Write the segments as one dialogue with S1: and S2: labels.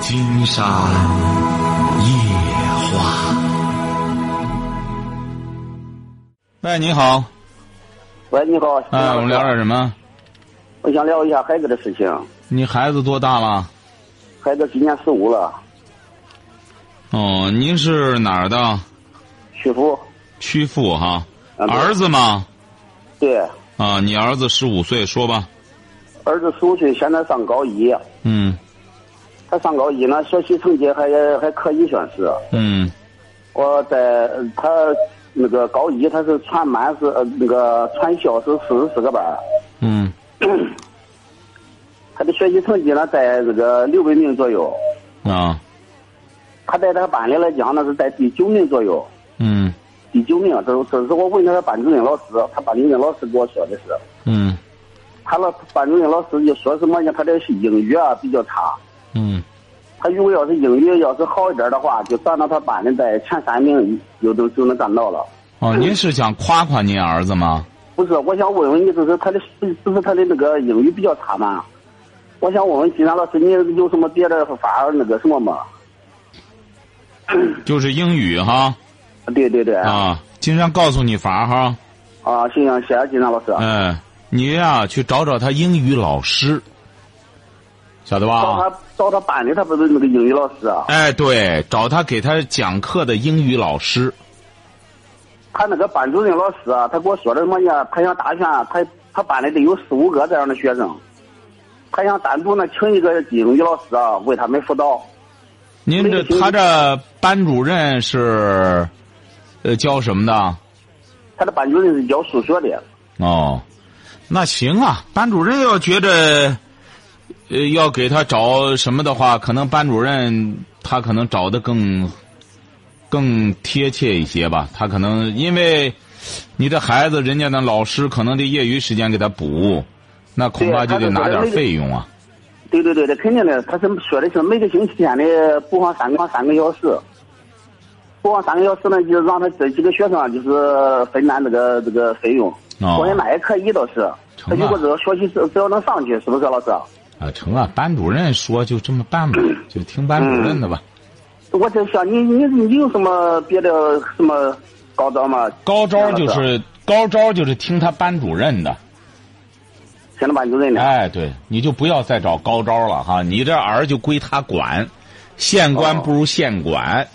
S1: 金山夜话。喂，哎你好。
S2: 喂，你好。
S1: 哎，我们聊点什么？
S2: 我想聊一下孩子的事情。
S1: 你孩子多大了？
S2: 孩子今年十五了。
S1: 哦，您是哪儿的？
S2: 曲阜。
S1: 曲阜哈。
S2: 啊对
S1: 儿子吗？
S2: 对，
S1: 啊，你儿子十五岁，说吧。
S2: 儿子十五岁，现在上高一。
S1: 嗯
S2: 他上高一呢，学习成绩还还可以，算是。
S1: 嗯
S2: 我在他那个高一，他是全班是呃那个全校是四十四个班儿。
S1: 嗯
S2: 他的学习成绩呢，在这个六百名左右。
S1: 啊
S2: 他在他班里来讲呢，是在第九名左右。
S1: 嗯
S2: 第九名，这这是我问他的班主任老师，他班主任老师给我说的是。
S1: 嗯
S2: 他老班主任老师就说什么呢？他这是英语啊比较差，
S1: 嗯
S2: 他如果要是英语要是好一点的话，就占到他班里在前三名，就能就能占到了。
S1: 哦，您是想夸夸您儿子吗？
S2: 不是，我想问问你，就是他的不不是他的那个英语比较差吗？我想问问金山老师，你有什么别的法儿那个什么吗？
S1: 就是英语哈
S2: 对对对，
S1: 啊，金山告诉你法哈，
S2: 啊，行行，谢谢金山老师。啊
S1: 哎，你呀、去找找他英语老师，晓得
S2: 找
S1: 吧？
S2: 他找他班里，他不是那个英语老师啊，
S1: 哎，对，找他给他讲课的英语老师，
S2: 他那个班主任老师啊，他给我说的什么呀？他想大学，他他班里得有四五个这样的学生，他想单独呢请一个英语老师啊，为他们辅导。
S1: 您这
S2: 那个就是
S1: 他这班主任是，呃，教什么的？
S2: 他的班主任是教数学的，
S1: 哦，那行啊，班主任要觉着，呃，要给他找什么的话，可能班主任他可能找的更更贴切一些吧。他可能因为你的孩子，人家的老师可能得业余时间给他补，那恐怕
S2: 对
S1: 就得
S2: 他
S1: 拿
S2: 是
S1: 点
S2: 那个
S1: 费用啊。
S2: 对对对对，肯定的。他是说的是每个星期天的补上三个三个小时，补上三个小时呢，就让他这几个学生啊，就是分担这个这个费用。
S1: 哦
S2: 我觉得那也可以，倒是。
S1: 成
S2: 他
S1: 啊
S2: 如果这个学习只只要能上去，是不是老师？
S1: 啊，成啊，班主任说就这么办吧，就听班主任的吧。
S2: 我就想你你你有什么别的什么高招吗？
S1: 高招就
S2: 那
S1: 是高招就是听他班主任的。
S2: 行了，班主任呢？
S1: 哎，对，你就不要再找高招了哈，你这儿就归他管，县官
S2: 哦
S1: 不如县管。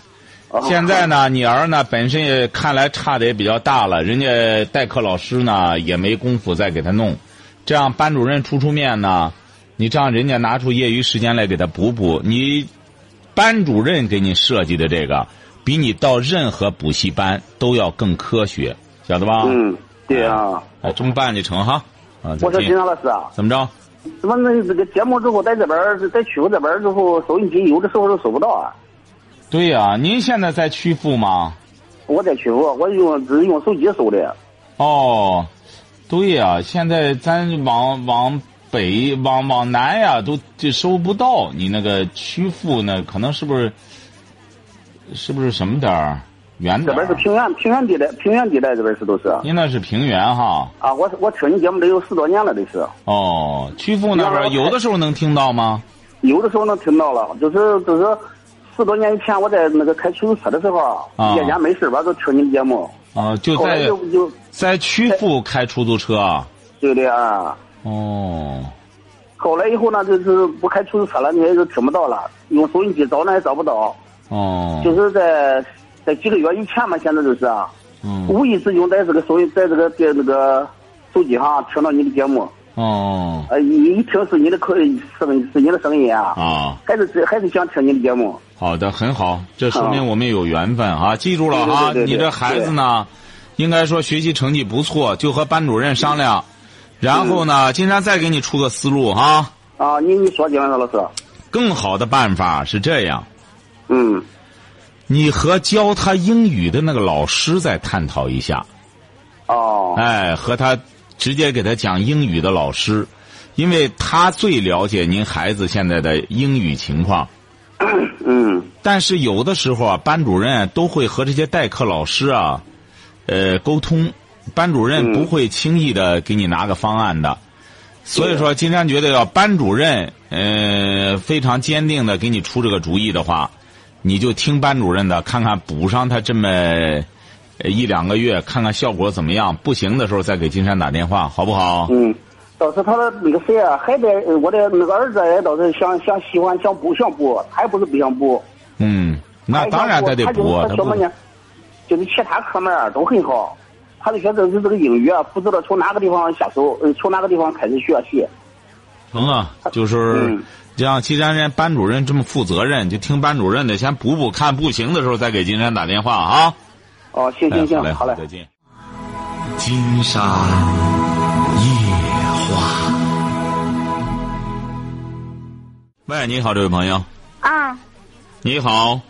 S2: 哦
S1: 现在 呢，你儿呢本身也看来差的也比较大了，人家代课老师呢也没工夫再给他弄，这样班主任出出面呢，你这样人家拿出业余时间来给他补补。你班主任给你设计的这个，比你到任何补习班都要更科学，晓得吧？，
S2: 嗯，对啊。
S1: 哎，这么办就成哈。啊，再
S2: 我说金
S1: 见。
S2: 山老师啊，
S1: 怎么着？
S2: 怎么那这个节目之后在这边儿在曲阜这边儿之后，收音机有的时候都收不到啊。
S1: 对呀、您现在在曲阜吗？
S2: 我在曲阜，我用只是用手机搜的。
S1: 哦，对呀、现在咱往往北、往往南呀、都这收不到。你那个曲阜呢，可能是不是是不是什么点儿远
S2: 这
S1: 点儿
S2: 边是？平原平原地带，平原地带这边是都是
S1: 您那是平原哈？
S2: 啊。我我听你节目得有十多年了，这是
S1: 哦，曲阜那边儿
S2: 原来我
S1: 有的时候能听到吗？
S2: 有的时候能听到了，就是就是十多年以前我在那个开出租车的时候
S1: 啊
S2: 啊，夜间没事吧都听你的节目，
S1: 啊，就
S2: 后来
S1: 在
S2: 就就
S1: 在曲阜开出租车啊。
S2: 对的啊。
S1: 哦，
S2: 后来以后呢，就是不开出租车了，你也就听不到了，用收音机找呢也找不到，
S1: 哦，
S2: 就是在在几个月以前嘛，现在就是啊，
S1: 嗯，
S2: 无意之中在这个收音，在这个在那个手机上听到你的节目。
S1: 哦，
S2: 呃，一听是你的口音，是是你的声音啊，
S1: 啊。
S2: 还是只还是想听你的节目。
S1: 好的，很好，这说明
S2: 好
S1: 我们有缘分啊！记住了啊，
S2: 对对对对
S1: 你这孩子呢，应该说学习成绩不错，就和班主任商量，然后呢，
S2: 嗯
S1: 金山再给你出个思路啊。
S2: 啊，你你说，金文涛老师，
S1: 更好的办法是这样，
S2: 嗯，
S1: 你和教他英语的那个老师再探讨一下，
S2: 哦，
S1: 哎，和他直接给他讲英语的老师，因为他最了解您孩子现在的英语情况。
S2: 嗯，
S1: 但是有的时候啊，班主任都会和这些代课老师啊，呃，沟通。班主任
S2: 嗯
S1: 不会轻易的给你拿个方案的，所以说金山觉得要班主任，呃，非常坚定的给你出这个主意的话，你就听班主任的，看看补上他这么呃一两个月，看看效果怎么样。不行的时候再给金山打电话，好不好？
S2: 嗯，倒是他的那个谁啊，孩子，呃我的那个儿子也倒是想想喜欢想补想补，他也不是不想补，
S1: 嗯，那当然
S2: 哎他
S1: 得补啊，他
S2: 他什么
S1: 不
S2: 呢？就是其他科目儿都很好，他就觉得是这个英语啊，不知道从哪个地方下手，呃从哪个地方开始学习。
S1: 成啊，就是
S2: 嗯
S1: 这样。既然人家班主任这么负责任，就听班主任的，先补补看，不行的时候再给金山打电话啊。
S2: 哦，行行
S1: 哎
S2: 行
S1: 好嘞，，
S2: 好嘞。
S1: 再见。
S3: 金山夜话。
S1: 喂，你好，这位朋友，
S4: 啊
S1: 你好，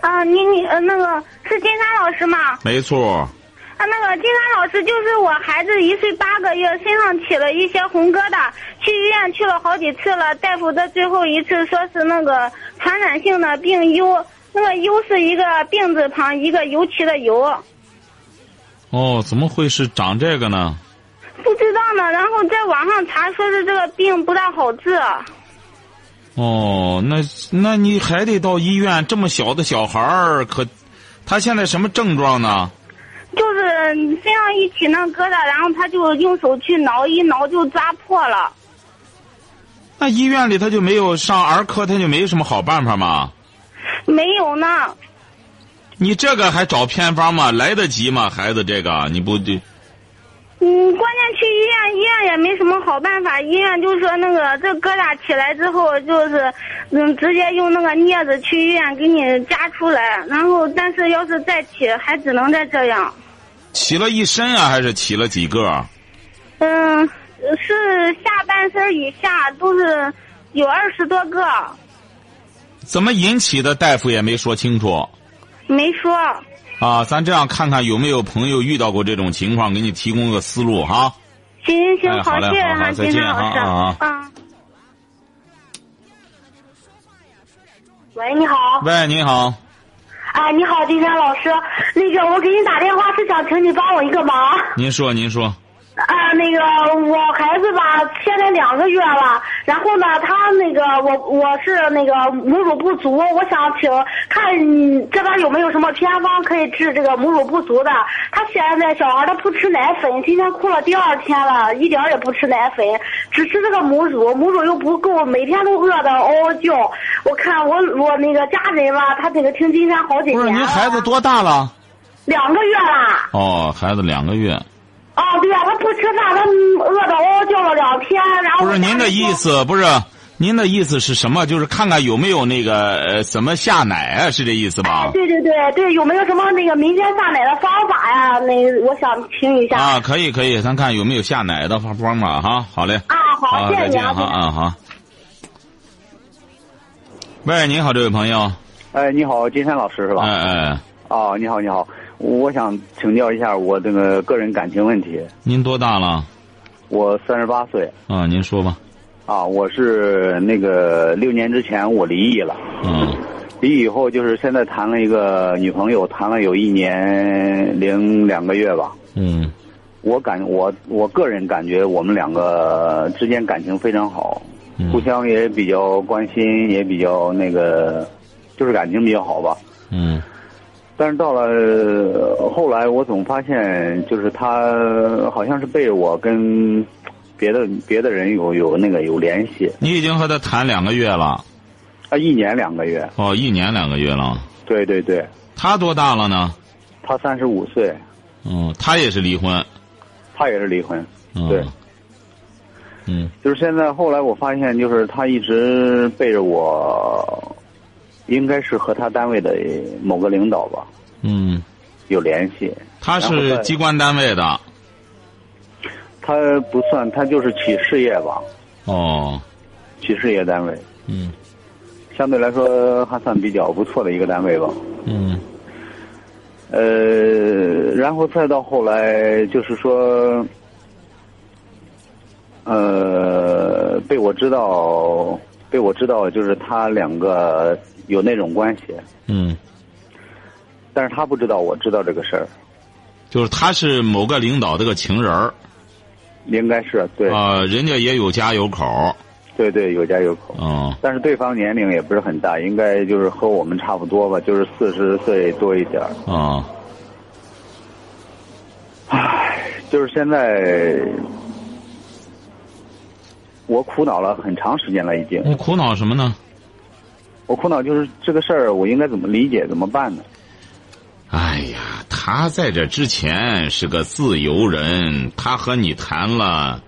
S4: 啊，你你呃那个是金山老师吗？
S1: 没错，
S4: 啊，那个金山老师就是我孩子一岁八个月，身上起了一些红疙瘩，去医院去了好几次了，大夫的最后一次说是那个传染性的病疣，那个疣是一个病字旁一个尤其的尤。
S1: 哦，怎么会是长这个呢？
S4: 不知道呢，然后在网上查说是这个病不大好治，
S1: 哦，那那你还得到医院。这么小的小孩儿，可他现在什么症状呢？
S4: 就是身上一起那疙瘩，然后他就用手去挠，一挠就抓破了。
S1: 那医院里他就没有上儿科，他就没什么好办法吗？
S4: 没有呢，
S1: 你这个还找偏方吗？来得及吗？孩子，这个你不就
S4: 嗯，关键去医院，医院也没什么好办法。医院就说那个这疙瘩起来之后，就是嗯，直接用那个镊子去医院给你夹出来。然后，但是要是再起，还只能再这样。
S1: 起了一身啊，还是起了几个？
S4: 嗯，是下半身以下都是有二十多个，
S1: 怎么引起的？大夫也没说清楚
S4: 没说。
S1: 啊。咱这样看看有没有朋友遇到过这种情况，给你提供个思路哈。
S4: 行行行，
S1: 哎好嘞
S4: 谢谢
S1: 好好
S4: 哈，
S1: 再
S4: 金
S1: 见
S4: 山老师。
S1: 啊啊
S4: 嗯。喂，你好。
S1: 喂，你好，
S4: 哎，你好，金山老师，那个我给你打电话是想请你帮我一个忙。
S1: 您说，您说，
S4: 啊，那个我孩子吧，现在两个月了，然后呢，他那个我我是那个母乳不足，我想请看你这边有没有什么偏方可以治这个母乳不足的。他现在小孩他不吃奶粉，今天哭了第二天了，一点儿也不吃奶粉，只吃这个母乳，母乳又不够，每天都饿得嗷嗷叫。我看我我那个家人吧，他这个听金山好几
S1: 不是
S4: 年
S1: 您
S4: 了，
S1: 孩子多大了？
S4: 两个月了。
S1: 哦，孩子两个月。
S4: 啊，对呀、他不吃饭，他嗯饿得嗷嗷叫了两天，然后
S1: 不是您的意，思，不是您的意思是什么？就是看看有没有那个呃，怎么下奶啊？是这意思
S4: 哎
S1: 吧，？
S4: 对对对对，有没有什么那个民间下奶的方法呀？那我想听一下。
S1: 啊，可以可以，咱看有没有下奶的方方法哈。好嘞，
S4: 啊好，谢谢
S1: 再
S4: 你
S1: 见
S4: 啊，
S1: 哈啊好。喂，你好，这位朋友，
S5: 哎，你好，金山老师是
S1: 哎
S5: 吧？
S1: 哎，
S5: 啊，你好，你好，我想请教一下我这个个人感情问题。
S1: 您多大了？
S5: 我三十八岁，
S1: 啊，您说吧。
S5: 啊，我是那个六年之前我离异了，
S1: 嗯，
S5: 离异以后就是现在谈了一个女朋友，谈了有一年零两个月吧。
S1: 嗯，
S5: 我感我我个人感觉我们两个之间感情非常好，
S1: 嗯
S5: 互相也比较关心，也比较那个，就是感情比较好吧。
S1: 嗯，
S5: 但是到了呃后来，我总发现，就是他好像是被我跟别的别的人有有那个有联系
S1: 你已经和他谈两个月了，
S5: 啊，一年两个月。
S1: 哦，一年两个月了。
S5: 对对对，
S1: 他多大了呢？
S5: 他三十五岁，
S1: 嗯，他也是离婚。
S5: 他也是离婚。
S1: 嗯、
S5: 对，
S1: 嗯，
S5: 就是现在后来我发现，就是他一直背着我，应该是和他单位的某个领导吧
S1: 嗯，
S5: 有联系。
S1: 他
S5: 然后
S1: 是
S5: 再
S1: 机关单位的。
S5: 他不算，他就是企事业吧，
S1: 哦，
S5: 企事业单位，
S1: 嗯
S5: 相对来说还算比较不错的一个单位吧。
S1: 嗯
S5: 呃，然后再到后来就是说，呃，被我知道，被我知道，就是他两个有那种关系，
S1: 嗯，
S5: 但是他不知道，我知道这个事儿，
S1: 就是他是某个领导这个情人儿
S5: 应该是对，
S1: 啊啊、人家也有家有口儿
S5: 对对，有家有口。
S1: 嗯，
S5: 但是对方年龄也不是很大，应该就是和我们差不多吧，就是四十岁多一点儿。
S1: 啊、
S5: 就是现在，我苦恼了很长时间了，已经。
S1: 你苦恼什么呢？
S5: 我苦恼就是这个事儿，我应该怎么理解，怎么办呢？
S1: 哎呀，他在这之前是个自由人，他和你谈了，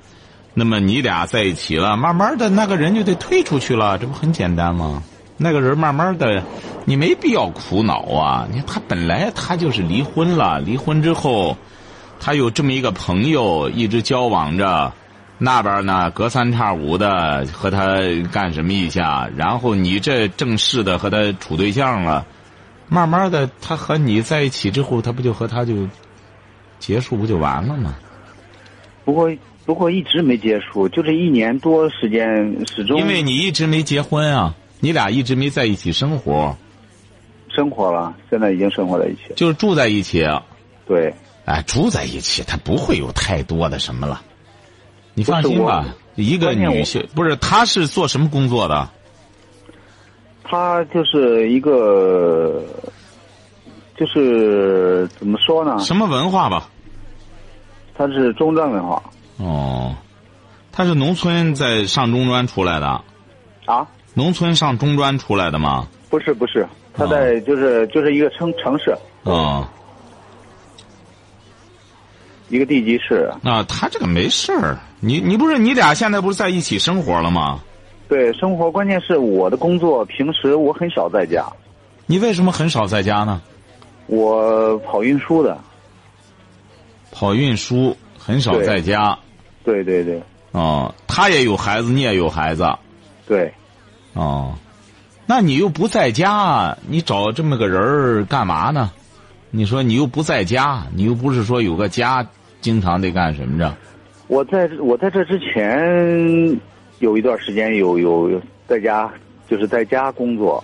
S1: 那么你俩在一起了，慢慢的那个人就得退出去了，这不很简单吗？那个人慢慢的，你没必要苦恼啊！你看他本来他就是离婚了，离婚之后，他有这么一个朋友一直交往着，那边呢隔三差五的和他干什么一下，然后你这正式的和他处对象了。慢慢的，他和你在一起之后，他不就和他就结束不就完了吗？
S5: 不过不过一直没接触，就这一年多时间，始终
S1: 因为你一直没结婚啊，你俩一直没在一起生活，
S5: 生活了，现在已经生活在一起了。
S1: 就是住在一起。
S5: 对，
S1: 哎，住在一起，他不会有太多的什么了，你放心吧
S5: 不是。
S1: 一个
S5: 关键我
S1: 女性不是，她是做什么工作的？
S5: 他就是一个，就是怎么说呢？
S1: 什么文化吧？
S5: 他是中专文化
S1: 哦，她是农村在上中专出来的，
S5: 啊？
S1: 农村上中专出来的吗？
S5: 不是不是，他
S1: 哦
S5: 在就是就是一个城城市，
S1: 嗯，
S5: 一个地级市。啊
S1: 那她啊这个没事儿。你你不是你俩现在不是在一起生活了吗？
S5: 对，生活关键是我的工作，平时我很少在家，
S1: 你为什么很少在家呢？
S5: 我跑运输的。
S1: 跑运输，很少在家。
S5: 对对对
S1: 哦，他也有孩子，你也有孩子。
S5: 对，
S1: 哦，那你又不在家，你找这么个人儿干嘛呢？你说你又不在家，你又不是说有个家，经常得干什么着？
S5: 我在我在这之前有一段时间有有有在家，就是在家工作。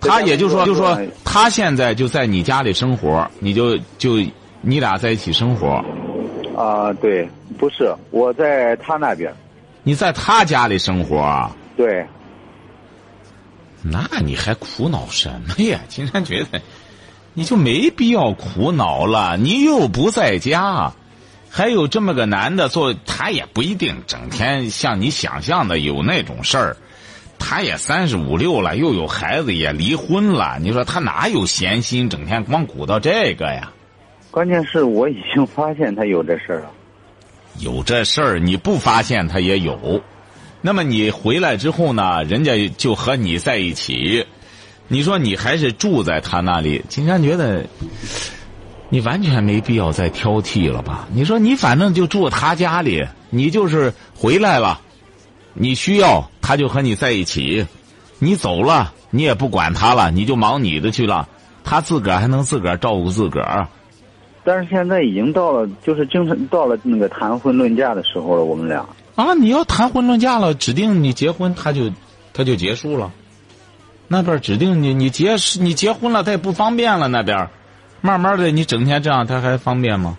S1: 他也就说，就
S5: 在家工作
S1: 说他现在就在你家里生活，你就就你俩在一起生活，
S5: 啊、对，不是我在他那边，
S1: 你在他家里生活啊，
S5: 对
S1: 那你还苦恼什么呀？ 金山觉得，你就没必要苦恼了。你又不在家，还有这么个男的做，他也不一定整天像你想象的有那种事儿。他也三十五六了，又有孩子，也离婚了。你说他哪有闲心，整天光鼓捣这个呀？
S5: 关键是我已经发现他有这事儿了。
S1: 有这事儿，你不发现他也有。那么你回来之后呢，人家就和你在一起。你说你还是住在他那里，金山觉得你完全没必要再挑剔了吧？你说你反正就住他家里，你就是回来了，你需要他就和你在一起，你走了你也不管他了，你就忙你的去了，他自个儿还能自个儿照顾自个儿。
S5: 但是现在已经到了，就是经常到了那个谈婚论嫁的时候了。我们俩，
S1: 啊，你要谈婚论嫁了，指定你结婚，他就他就结束了。那边指定你你结你结婚了，他也不方便了。那边，慢慢的，你整天这样，他还方便吗？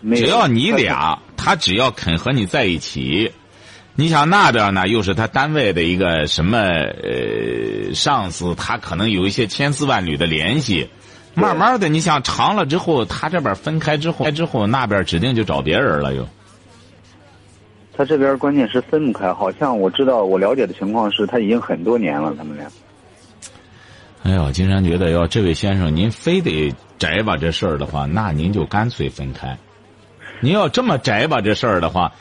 S5: 没有
S1: 只要你，俩，他只要肯和你在一起，你想那边呢，又是他单位的一个什么呃上司，他可能有一些千丝万缕的联系。慢慢的，你想长了之后，他这边分开之后，之后那边指定就找别人了又。
S5: 他这边关键是分不开。好像我知道，我了解的情况是，他已经很多年了，他们俩。
S1: 哎呦，金山觉得要这位先生您非得摘吧这事儿的话，那您就干脆分开。您要这么摘吧这事儿的话，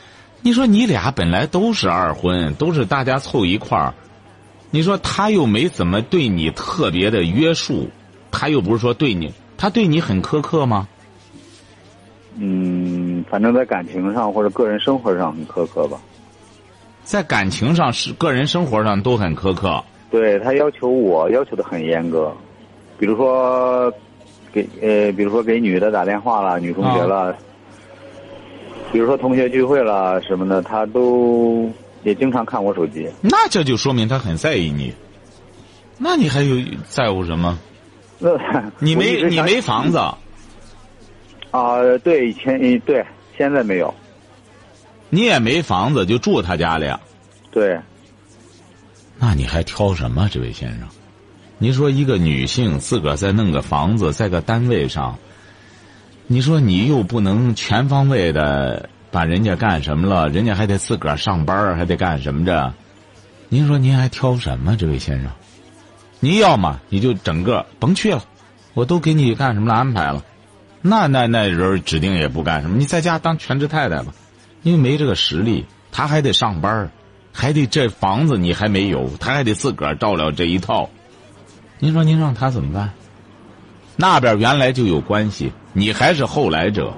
S1: 你说你俩本来都是二婚，都是大家凑一块儿，你说他又没怎么对你特别的约束，他又不是说对你，他对你很苛刻吗？
S5: 嗯，反正在感情上或者个人生活上很苛刻吧。
S1: 在感情上、是个人生活上都很苛刻。
S5: 对他要求我要求的很严格，比如说给呃，比如说给女的打电话了，女同学了，
S1: 啊
S5: 比如说同学聚会了什么的，他都也经常看我手机。
S1: 那这就说明他很在意你，那你还有在乎什么？
S5: 那
S1: 你
S5: 我一
S1: 没
S5: 直
S1: 你
S5: 想
S1: 没房子。
S5: 嗯啊、对，以前对，现在没有。
S1: 你也没房子，就住他家里，啊
S5: 对，
S1: 那你还挑什么？这位先生，你说一个女性自个儿再弄个房子，在个单位上，你说你又不能全方位的把人家干什么了，人家还得自个儿上班儿还得干什么着？您说您还挑什么？这位先生，您要么你就整个甭去了，我都给你干什么了安排了，那那那人指定也不干什么，你在家当全职太太吧。因为没这个实力，他还得上班儿还得这房子你还没有，他还得自个儿照料这一套。您说您让他怎么办？那边原来就有关系，你还是后来者。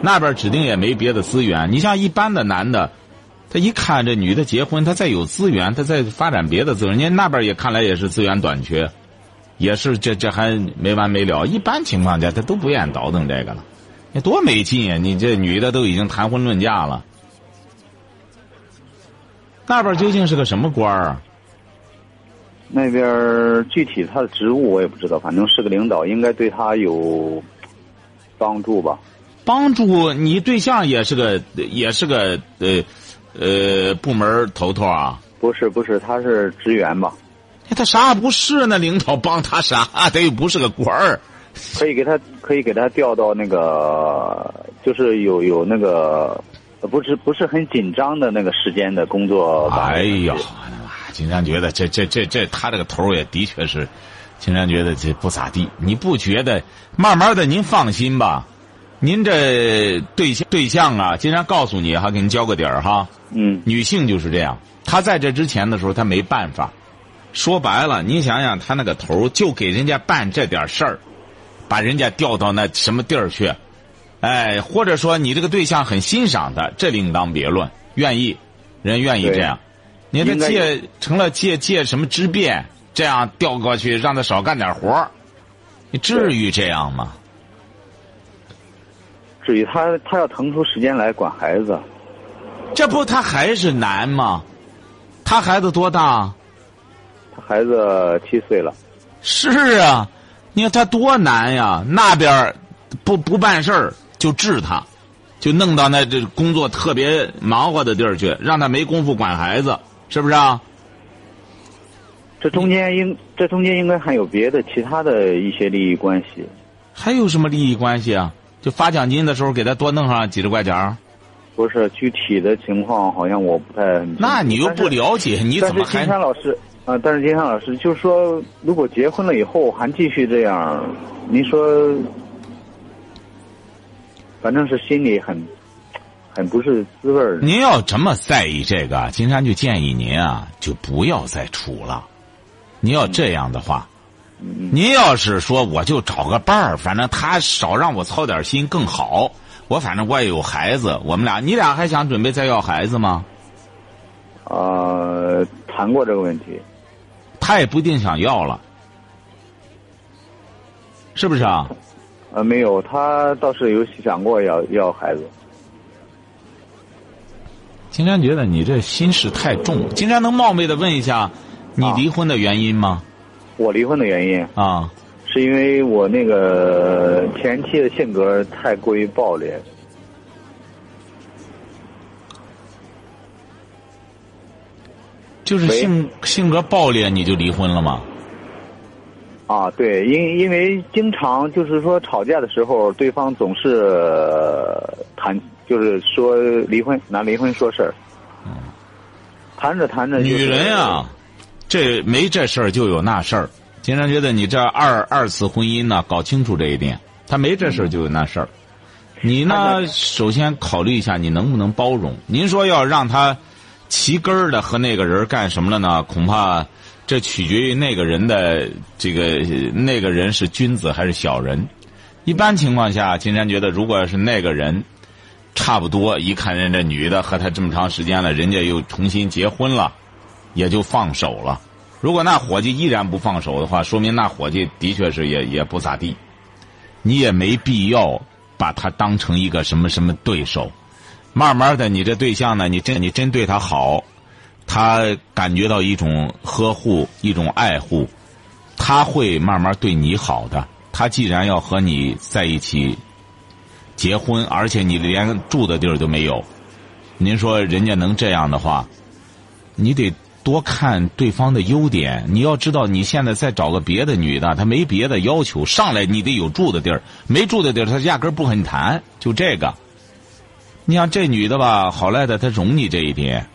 S1: 那边指定也没别的资源。你像一般的男的，他一看这女的结婚，他再有资源，他再发展别的资源。人家那边也看来也是资源短缺，也是这这还没完没了。一般情况下，他都不愿意倒腾这个了。那多没劲呀、你这女的都已经谈婚论嫁了，那边究竟是个什么官儿啊？
S5: 那边儿具体他的职务我也不知道，反正是个领导，应该对他有帮助吧。
S1: 帮助你对象也是个也是个呃呃部门头头啊？
S5: 不是不是，他是职员吧？
S1: 哎他啥也不是呢？领导帮他啥？他又不是个官儿。
S5: 可以给他可以给他调到那个，就是有有那个，呃不是不是很紧张的那个时间的工作岗
S1: 哎
S5: 位。
S1: 呦，我的妈！金山觉得这这这这他这个头儿也的确是，金山觉得这不咋地。你不觉得？慢慢的，您放心吧。您这对象对象啊，金山告诉你哈，给您交个底儿哈。
S5: 嗯，
S1: 女性就是这样，她在这之前的时候，她没办法。说白了，你想想，她那个头儿就给人家办这点事儿，把人家调到那什么地儿去，哎，或者说你这个对象很欣赏她，这另当别论，愿意，人愿意
S5: 对
S1: 这样。你这
S5: 应该
S1: 借成了借借什么之便，这样调过去让他少干点活儿你至于这样吗？
S5: 至于他他要腾出时间来管孩子，
S1: 这不他还是难吗？他孩子多大啊？
S5: 他孩子七岁了，
S1: 是啊，你看他多难呀！那边儿不不办事儿就治他，就弄到那这工作特别忙活的地儿去，让他没工夫管孩子，是不是啊？
S5: 这中间应这中间应该还有别的其他的一些利益关系。
S1: 还有什么利益关系啊？就发奖金的时候给他多弄上几十块钱儿
S5: 不是具体的情况，好像我不太很清楚。
S1: 那你又
S5: 但是
S1: 不了解，你
S5: 但
S1: 怎
S5: 是
S1: 么
S5: 金
S1: 还
S5: 山老师啊、但是金山老师就是说，如果结婚了以后还继续这样，您说，反正是心里很很不是滋味儿。
S1: 您要这么在意这个，金山就建议您啊，就不要再处了。您要这样的话，您要是说我就找个伴儿，反正他少让我操点心更好。我反正我也有孩子，我们俩，你俩还想准备再要孩子吗？
S5: 呃，谈过这个问题，
S1: 他也不一定想要了，是不是啊？
S5: 呃，没有，他倒是有想过要要孩子。
S1: 金山觉得你这心事太重。金山能冒昧的问一下，你
S5: 啊
S1: 离婚的原因吗？
S5: 我离婚的原因
S1: 啊，
S5: 是因为我那个前妻的性格太过于暴烈，
S1: 就是
S5: 喂
S1: 性性格暴烈，你就离婚了吗？
S5: 啊，对，因因为经常就是说吵架的时候，对方总是呃谈，就是说离婚，拿离婚说事儿。谈着谈着、就
S1: 嗯
S5: 是，
S1: 女人啊，，这没这事儿就有那事儿。经常觉得你这二二次婚姻呢，搞清楚这一点，他没这事儿就有那事儿。
S5: 嗯
S1: 你呢，首先考虑一下你能不能包容。您说要让他齐根儿的和那个人儿干什么了呢？恐怕这取决于那个人的这个那个人是君子还是小人。一般情况下，金山觉得，如果是那个人，差不多一看人这女的和他这么长时间了，人家又重新结婚了，也就放手了。如果那伙计依然不放手的话，说明那伙计的确是也也不咋地。你也没必要把他当成一个什么什么对手。慢慢的，你这对象呢，你真你真对他好，他感觉到一种呵护，一种爱护，他会慢慢对你好的。他既然要和你在一起，结婚，而且你连住的地儿都没有，您说人家能这样的话，你得多看对方的优点。你要知道，你现在再找个别的女的，她没别的要求，上来你得有住的地儿，没住的地儿，她压根儿不和你谈，就这个。你像这女的吧，好赖的，她容你这一点。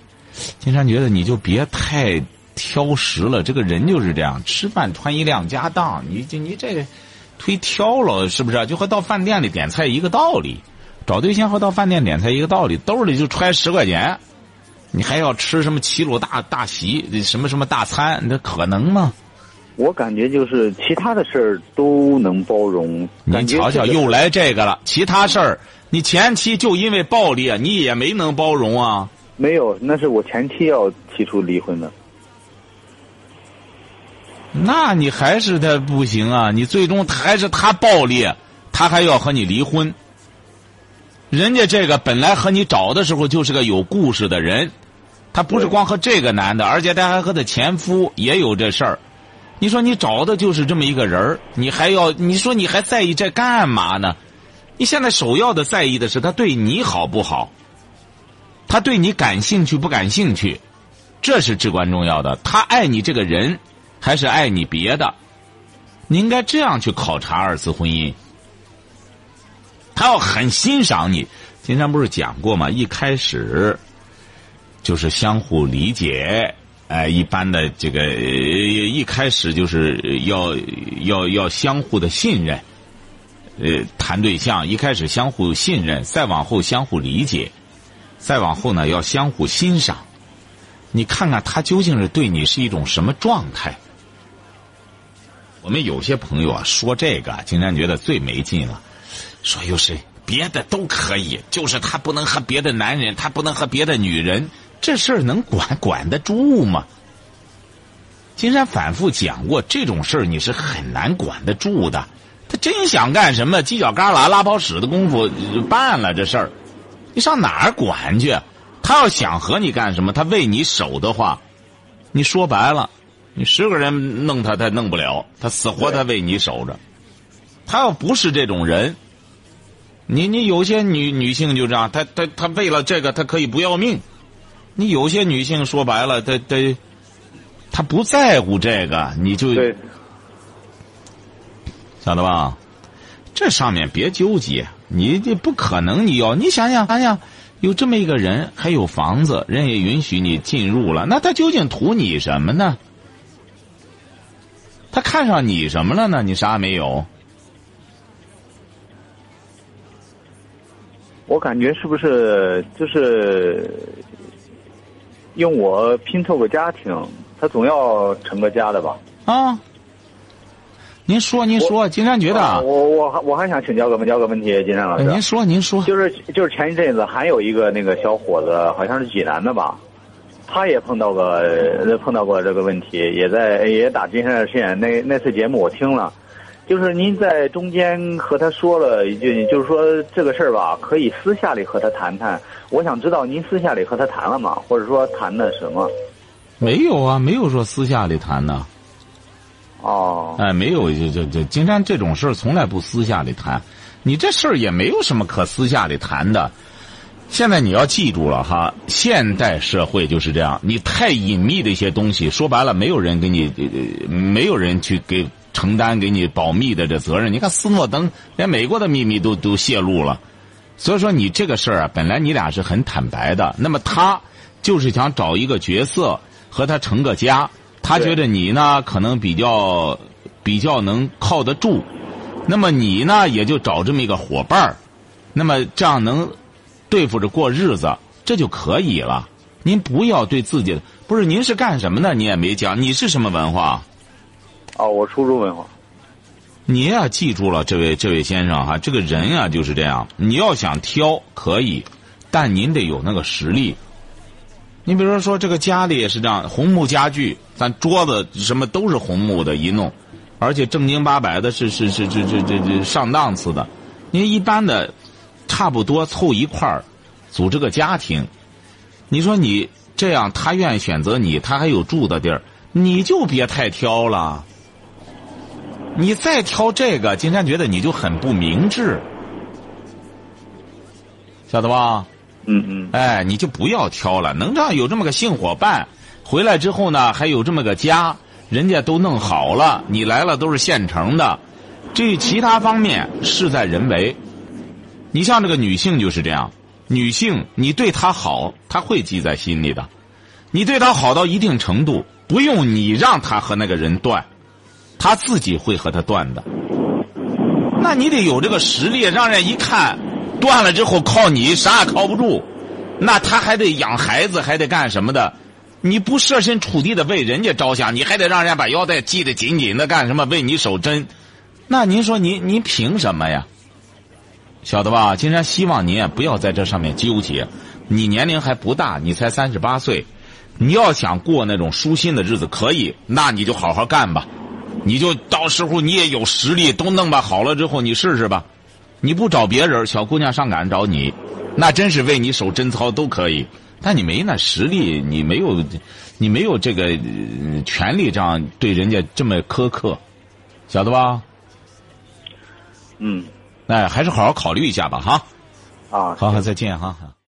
S1: 金山觉得你就别太挑食了，这个人就是这样，吃饭穿衣量家当，你这你这忒挑了，是不啊是？就和到饭店里点菜一个道理，找对象和到饭店点菜一个道理，兜里就揣十块钱，你还要吃什么齐鲁大大席，什么什么大餐，那可能吗？
S5: 我感觉就是其他的事儿都能包容。
S1: 你
S5: 感觉
S1: 瞧瞧，
S5: 这个
S1: 又来这个了，其他事儿，你前期就因为暴力，啊，你也没能包容啊。
S5: 没有，那是我前妻要提出离婚的。
S1: 那你还是他不行啊！你最终还是他暴力，他还要和你离婚。人家这个本来和你找的时候就是个有故事的人，他不是
S5: 对
S1: 光和这个男的，而且他还和他前夫也有这事儿。你说你找的就是这么一个人儿，你还要你说你还在意这干嘛呢？你现在首要的在意的是他对你好不好，他对你感兴趣不感兴趣，这是至关重要的。他爱你这个人，还是爱你别的？你应该这样去考察二次婚姻。他要很欣赏你，金山不是讲过吗？一开始就是相互理解，哎、一般的这个呃一开始就是呃要要要相互的信任，呃，谈对象一开始相互信任，再往后相互理解，再往后呢要相互欣赏。你看看他究竟是对你是一种什么状态？我们有些朋友啊，说这个，金山觉得最没劲了。说又是别的都可以，就是他不能和别的男人，他不能和别的女人，这事儿能管管得住吗？金山反复讲过，这种事儿你是很难管得住的。他真想干什么，犄角旮旯拉泡屎的功夫呃办了这事儿，你上哪儿管去？他要想和你干什么，他为你守的话，你说白了，你十个人弄他，他弄不了，他死活他为你守着。他要不是这种人，你你有些女女性就这样，她她她为了这个，她可以不要命。你有些女性说白了，她她她不在乎这个，你就
S5: 对，
S1: 晓得吧？这上面别纠结，你这不可能，你要你想想想想，有这么一个人，还有房子，人也允许你进入了，那他究竟图你什么呢？他看上你什么了呢？你啥也没有，
S5: 我感觉是不是就是用我拼凑个家庭，他总要成个家的吧？
S1: 啊？您说，您说，金山觉得
S5: 啊
S1: 啊，
S5: 我我还我还想请教个问教个问题，金山老
S1: 哎
S5: 师，
S1: 您说，您说，
S5: 就是就是前一阵子还有一个那个小伙子，好像是济南的吧，他也碰到个呃碰到过这个问题，也在也打金山热线那那次节目我听了，就是您在中间和他说了一句，就是说这个事儿吧，可以私下里和他谈谈。我想知道您私下里和他谈了吗？或者说谈的什么？
S1: 没有啊，没有说私下里谈的。
S5: 哦，
S1: 哎，没有，这这这，金山这种事儿从来不私下里谈，你这事儿也没有什么可私下里谈的。现在你要记住了哈，现代社会就是这样，你太隐秘的一些东西，说白了，没有人给你，呃没有人去给承担给你保密的这责任。你看斯诺登连美国的秘密都都泄露了，所以说你这个事儿啊，本来你俩是很坦白的，那么他就是想找一个角色和他成个家，他觉得你呢可能比较比较能靠得住，那么你呢也就找这么一个伙伴儿，那么这样能对付着过日子，这就可以了。您不要对自己的不是您是干什么的，你也没讲，你是什么文化？
S5: 哦，我初中文化。
S1: 你呀、记住了，这位这位先生哈、啊这个人呀、就是这样。你要想挑可以，但您得有那个实力。你比如说，这个家里也是这样，红木家具，咱桌子什么都是红木的，一弄，而且正经八百的是，是是是是这这上档次的。您一般的，差不多凑一块儿，组织个家庭。你说你这样，他愿意选择你，他还有住的地儿，你就别太挑了。你再挑这个，金山觉得你就很不明智。晓得吧？
S5: 嗯嗯，
S1: 哎，你就不要挑了，能让有这么个性伙伴，回来之后呢，还有这么个家，人家都弄好了，你来了都是现成的，至于其他方面事在人为。你像这个女性就是这样，女性你对她好，她会记在心里的，你对她好到一定程度，不用你让她和那个人断，她自己会和他断的。那你得有这个实力，让人一看，断了之后靠你啥也靠不住，那他还得养孩子，还得干什么的？你不设身处地的为人家着想，你还得让人家把腰带系得紧紧的，干什么？为你守贞，那您说您您凭什么呀？晓得吧？金山希望您也不要在这上面纠结。你年龄还不大，你才三十八岁，你要想过那种舒心的日子，可以，那你就好好干吧。你就到时候你也有实力，都弄吧好了之后你试试吧。你不找别人，小姑娘上赶着找你，那真是为你手贞操都可以。但你没那实力，你没有，你没有这个呃权利这样对人家这么苛刻，晓得吧？
S5: 嗯
S1: 哎，还是好好考虑一下吧，哈。
S5: 啊，
S1: 好好，再见哈。